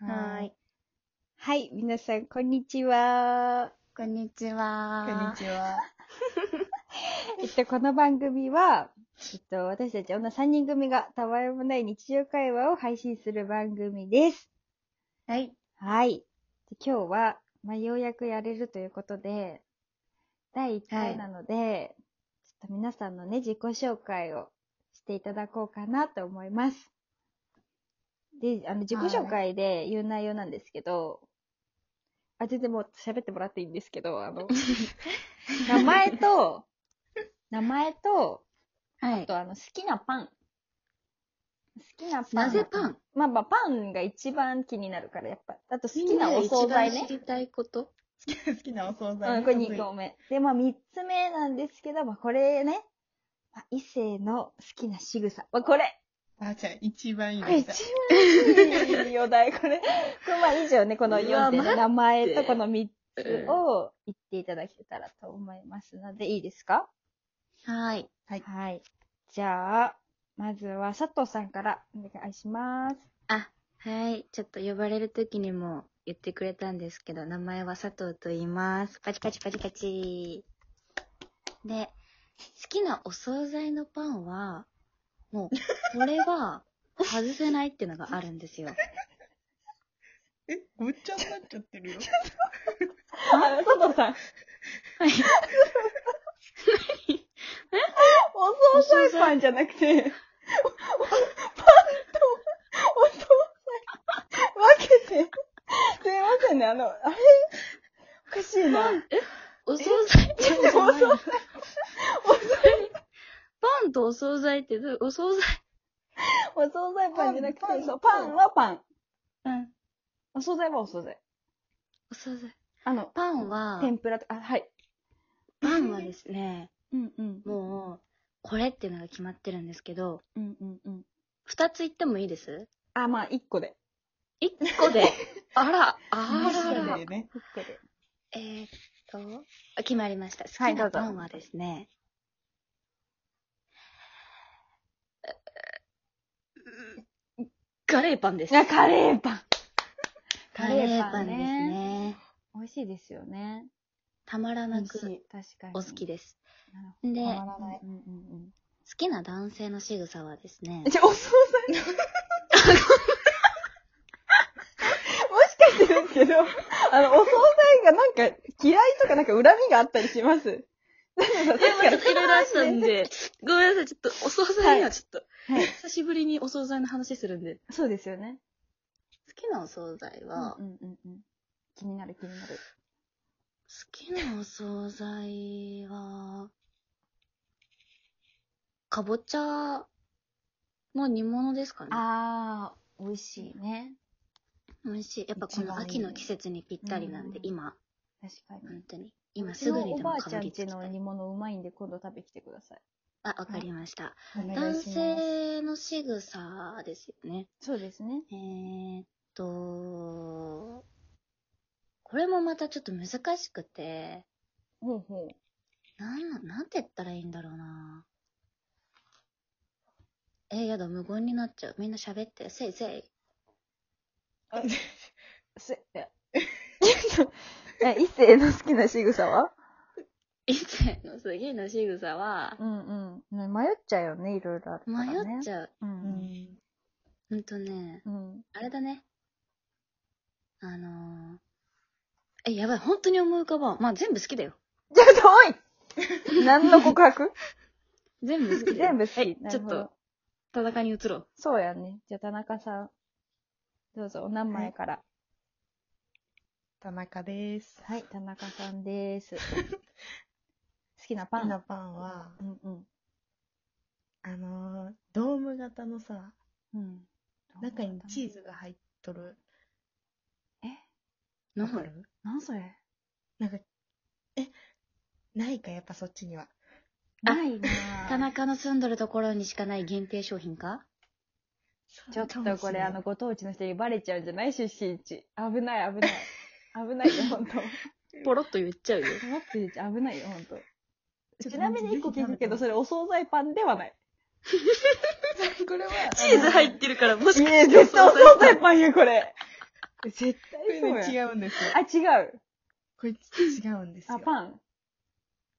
はーい。はい、皆さん、こんにちは。こんにちは。ちは。 えっと、この番組は、えっと、私たち女3人組がたわいもない日常会話を配信する番組です。はい。はい。で今日は、まあ、ようやくやれるということで、第1回なので、ちょっと皆さんのね、自己紹介をしていただこうかなと思います。で、あの、自己紹介で言う内容なんですけど、あ、全然もう喋ってもらっていいんですけど、あの、名前と、名前と、はいあ。とあの、好きなパン。好きなパン。なぜパンまあまあ、パンが一番気になるから、やっぱ。あと好きなお惣菜みんなでね一番知。りたいこと好きなお惣菜、うん、これ2個目。で、まあ3つ目なんですけど、まあこれね。まあ、異性の好きな仕草。まあこれ。あ、じゃあ、一番いいこれで一した。番いいお題、これ。これまあ以上ね、このうわ4点待っのて名前とこの3つを言っていただけたらと思いますので、いいですかはい。はいはい。じゃあ、まずは佐藤さんからお願いします。はい。ちょっと呼ばれる時にも言ってくれたんですけど、名前は佐藤と言います。パチパチパチパチ。で、好きなお惣菜のパンは、もう、これは、外せないっていうのがあるんですよ。え、ごっちゃになっちゃってるよ。 あ佐藤さん。お惣菜パンじゃなくて、パンとお惣菜分けて。すいませんね、あの、あれおかしいな。お惣菜パンじゃないえおのパンとお惣菜ってどういう、お惣菜お惣菜パンじゃなくてパン、そう、パンはパン。うん。お惣菜はお惣菜。お惣菜。あの、パンは、天ぷらとか、あ、はい。パンはですね、うんうん。もう、これっていうのが決まってるんですけど、うんうんうん。二つ言ってもいいですあ、まあ、一個で。一個 で。あら、あ一ら緒らだ。よね。一個で。えーっと、あ決まりました。は好いきどうなぞパンはですね、カレーパンです。あ、カレーパン。カレーパンです。ね。美味しいですよね。たまらな美味くしい確かに。お好きで。です。なるほで、た好まらない。ど。うんうんきな男性の仕草はですね うん。、じゃあ、お惣菜もしかしてですけど、あの、お惣菜がなんか嫌いとかなんか恨みがあったりします。なんかささっきいろいろあったんで、ごめんなさい、ちょっとお惣菜にはちょっと、はい久しぶりにお惣菜の話するんで。 そうですよね。好きなお惣菜うは、好んうんうんうん。気になる気になる。きなお惣菜は、かぼちゃの煮物ですかね。あー、美味しいね。美味しい。やっぱこ一の番いい秋の季節にぴったりなんで、うん今、確か本に。当に。今すぐにでうちのおもばあちかゃぶんりつちきたのい。煮物うまいんで今度食べきてください。あ、わかりました。お願男いします。性の仕草ですよね。そうですね。えーっと、これもまたちょっと難しくて、ほうほう。なんな、なんて言ったらいいんだろうな。えーやだ、無言になっちゃう。みんな喋って、せいせい。す、え、え、異性の好きな仕草は以前の次の仕草は、うんうん。ね迷っちゃうよね、いろいろあるから迷ね。っちゃう。う。うんん。ほんとね、うん。あれだね。あのー、え、やばい、本当に思い浮かばん。まあ、全部好きだよ。じゃあ、 遠い何の告白 全部好きだ全よ。部好はいき。なちるょっほどと、田中に移ろう。そうやね。じゃあ、田中さん。どうぞ、お名前から。田中です。はい、田中さんです。好きなパパンン。のパンは、うんうん。あのー、ドーム型のさ、うん。中にチーズが入っとる。え、なわんだかろうるなんそれなんか、え、ないか、やっぱそっちには。あないなぁ田中の住んどるところにしかない限定商品かちょっとこれ、あの、そうかもしご当地の人にバレちゃうんじゃない出身地。危ない、危ない。 危ないよ、ほんと。もっポロッと言っちゃうよ。と言っちゃ危ないよ、ほんと。ちょっとちなみに一個聞くけど、ぜそれお惣菜パンではない。れないこれは、 チーズ入っってるから、もいしかや、してお絶対お惣惣菜パンや、これ。絶対これそうね、や。違うんですよ。あ、違う。これ違うんですよ。あ、パン。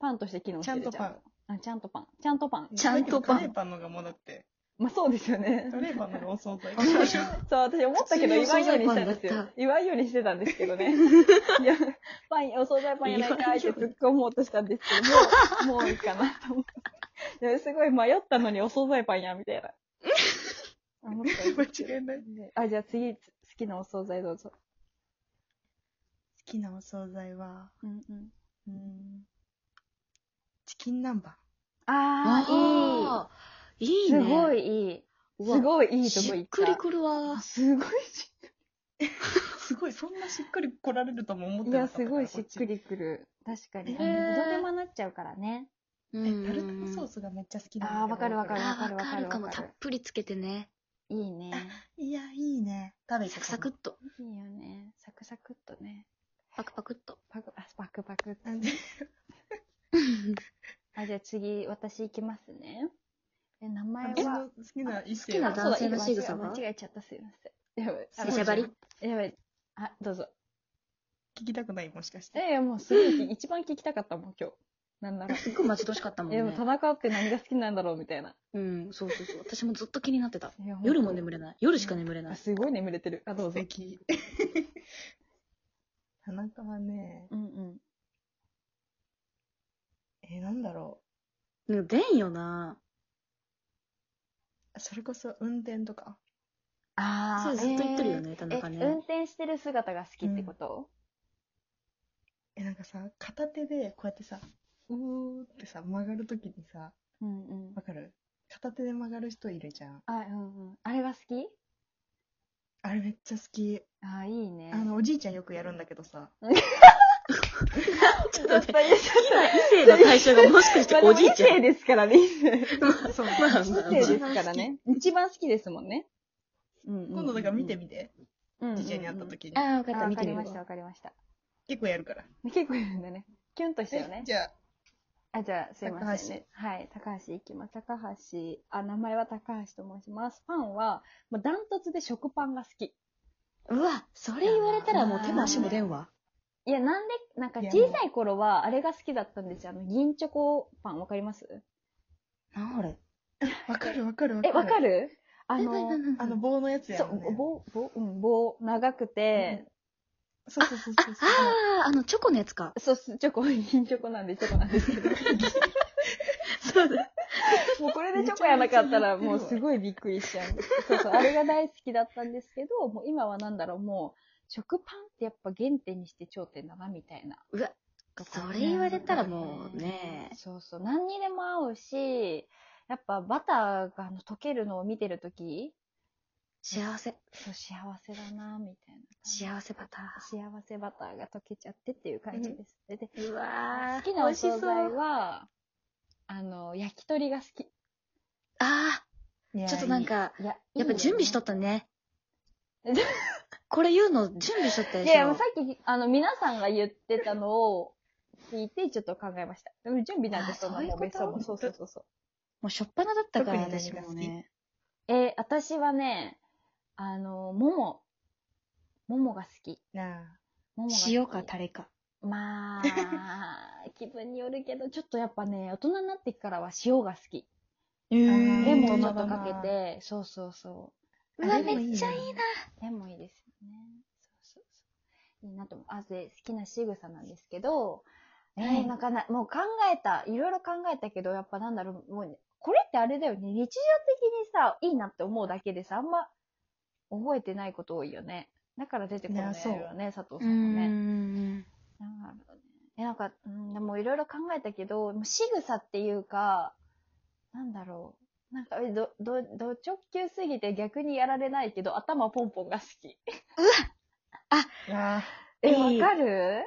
パンとして機能してる。ちゃんとパンじゃあ。あ、ちゃんとパン。ちゃんとパン。ちゃんとパンカレーパンのがもうだって。まあそうですよね。カレーパンのがお惣菜。そう、私思ったけど言普わんように通におし惣菜パたんンだでっすたよ。言わんようにしてたんですけどね。 いや、パン、お惣菜パンやないかいって突っ込もうとしたんですけど、もう、もういいかなと思って。いやすごい迷ったのにお惣菜パンや、みたい な。思ったんで間すけ違いない。どねあ、じゃあ次、好きなお惣菜どうぞ。好きなお惣菜は、うんうん。うーん、チキン南蛮。ああーいあ、いい。い。いいすね。ごいいい。うわ。すごいいいとしこ行っっくりた。くるわ。すごいしすごい、そんなしっくり来られるとも思っていなかや、ったかすら。ごいしっくり。りくる。確かに。へあーのどうでもなっちゃうからね。うえ、んタルタルソースがめっちゃ好きなんだけどあーわかるわかるあー、わかるかも。わかるわかたるっぷりつけてね。いいね。いや、いいね。食べてサクサクっと。いいよね。サクサクっとね。パクパクっと。パク、あ、パクパクっとあであ、じゃあ次、私行きますね。え、名前私はの、好きな一好きなあそうだ男性の仕草今は間違えちゃった、すいません。やばい。出しゃばりりやばい。あ、どうぞ。聞きたくないもしかしいて。やいや、もうすごい、一番聞きたかったもん、今日。なんなら。 すっごい待ち遠しかったもんえ、でもね田。中って何が好きなんだろうみたいな。うん、そうそうそう。私もずっと気になってた。いや夜も眠れれない。夜しか眠れなあ、い。すごい眠れてる。あ、どう素ぞ。敵。田中はね、うんうん。え、なんだろね出んよな。う。それこそ運転とか。あそう、ずっと言ってるよね、田え、中運ね。転してる姿が好きってことえ、なんかさ、片手でこうやってさ、うーってさ、曲がるときにさ、うんうんわ。かる片手で曲がる人いるじゃん。あ、うんうん。あれが好きあれめっちゃ好き。あー、いいね。あの、おじいちゃんよくやるんだけどさ。ちちょょっっと と待待っってて、好きな異性の対象がもしか しておじいちゃん。異性ですからね、異性。そう。まあまあ異性ですからね。一番好きですもんね。今今度だから見てみて。みおじいちゃんに会った時に。ああ、わかあった。わ見かてりみまるした、わ。わかりました。結構やるから。結構いるんだね。キュンとしたよえね。じゃあ、あ、じゃあ、すいませんね。はい、高橋いきます。高橋、あ、名前は高橋と申します。パンは、もうダントツで食パンが好き。うわ、それ言われたらもう手も足も出んわ。いや、なんで、なんかいや小さい頃は、あれが好きだったんですよ。あの、銀チョコパン、わかりますなあれ。わかるわかるわかえ、る。わかるああの、あの、棒のやつやそるうね。、棒、棒、うん、棒、長くて、そうそうそうそうそう。ああ、あの、チョコのやつか。そう、すチョコ、 銀チョコなんでチョコなんですけど。そうだ。 もうこれでチョコやなかったら、もうすごいびっくりしちゃう。そうそう、あれが大好きだったんですけど、もう今はなんだろう、もう、食パンってやっぱ原点にして頂点だな、みたいな。うわ、それ言われたらもうね。そうそう、何にでも合うし、やっぱバターがあの溶けるのを見てるとき、幸せ。そう、幸せだな、みたいな。幸せバタ幸せバターが溶けちゃってっていう感じです。ででー。う好わーきなお美味し惣菜そう。は、あの、焼き鳥が好き。あいやあ、ちょっとなん、か、いや、やっぱ準備しとったねいいよね。これ言うの準備しとったいでいしやょ。いや、もうさっき、あの、皆さんが言ってたのを聞いて、ちょっと考えました。でも準備なんてそんなあもそういう別こと荘も。そうそうそうそう。もうしょっぱなだったから、特に私何が好もきね。えー私はね、あの、もも。ももが好き。いいなももが好き塩かタレか。まあ、 気分によるけど、ちょっとやっぱね、大人になってからは塩が好き。あうんレモンちょのっとかけ。て、そうそうそう。うわ、あでもめっちゃいいな。でもいいですよね。そうそうそう。いいなと思う。あ、で、好きな仕草なんですけど、えーはいなんかな、もう考えた、いろいろ考えたけど、やっぱなんだろう、もうね、これってあれだよね、日常的にさ、いいなって思うだけでさ、あんま覚えてないこと多いよね。だから出てこないいやそうよね、佐藤うさんもね。ん。なんだろうね。え、なんか、うん、でもいろいろ考えたけど、もう仕草っていうか、なんだろう。なんか、えど、ど、ど直球すぎて逆にやられないけど、頭ポンポンが好き。あえ、わいいかる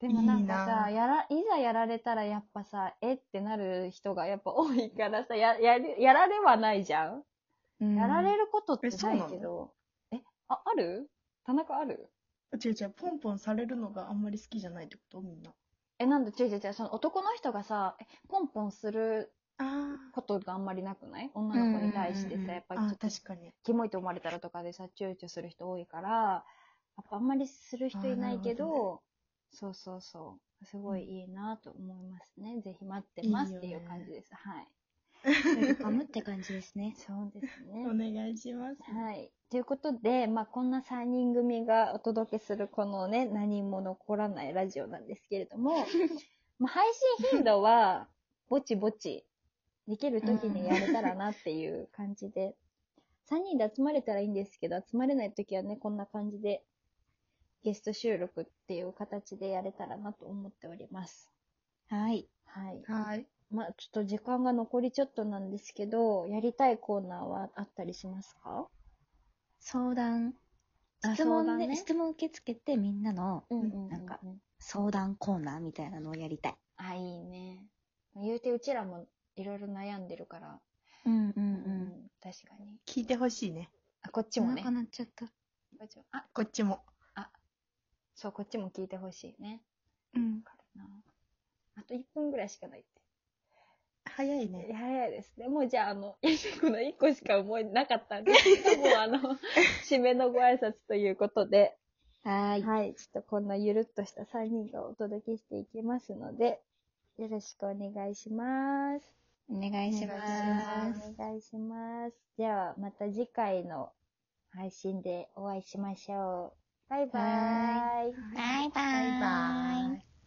でもなんかさいいやら、いざやられたらやっぱさ、えってなる人がやっぱ多いからさ、や、やる、やられはないじゃん、やられる。ることってえそうななのいけど。え、あ、ある田中ある違う違う、ポンポンされるのがあんまり好きじゃないってことみんな。え、なんだ、違う違う違う、その男の人がさ、えポンポンするあことがあんまりなくない女の子に対してうんうんうんうさ、んやっぱりちょあっと確かに。キモいと思われたらとかでさ、躊躇する人多いから、ぱあんまりする人いないけど、あーなるそうそうそう。すごいいいなと思いますね。ぜひ待ってますっていう感じです。ウェルカムって感じですね。はい。そうです ね。お願いします。はい。ということで、まあ、こんな3人組がお届けするこのね、何も残らないラジオなんですけれども、 まあ、配信頻度は、ぼちぼち、できる時にやれたらなっていう感じで、3人で集まれたらいいんですけど、集まれない時はね、こんな感じで、ゲスト収録っていう形でやれたらなと思っております。はい。はい。はい。まあ、ちょっと時間が残りちょっとなんですけど、やりたいコーナーはあったりしますか相談。あ質問相で、談ね質問受け付けてみんなのうんうんなんか相談コーナーみたいなのをやりたい。あ、いいね。言うてうちらもいろいろ悩んでるから。うんううん確かに。聞いてほしいね。あ、こっちでももねな。なっちゃった。こっちもあ、こっちも。そう、こっちも聞いてほしいね。うん。わかるな。あと1分ぐらいしかないっ早いて。ね。早いですね。もうじゃあ、あの、 やりたいこの1個しか思いなかったんで、もうあの、締めのご挨拶ということで。はーい。はい、ちょっとこんなゆるっとした3人がお届けしていきますので、よろしくお願いします。お願いしま。お願いしますお願いします。じゃあ、また次回の配信でお会いしましょう。バイバはイ。バイババイバーイーイ。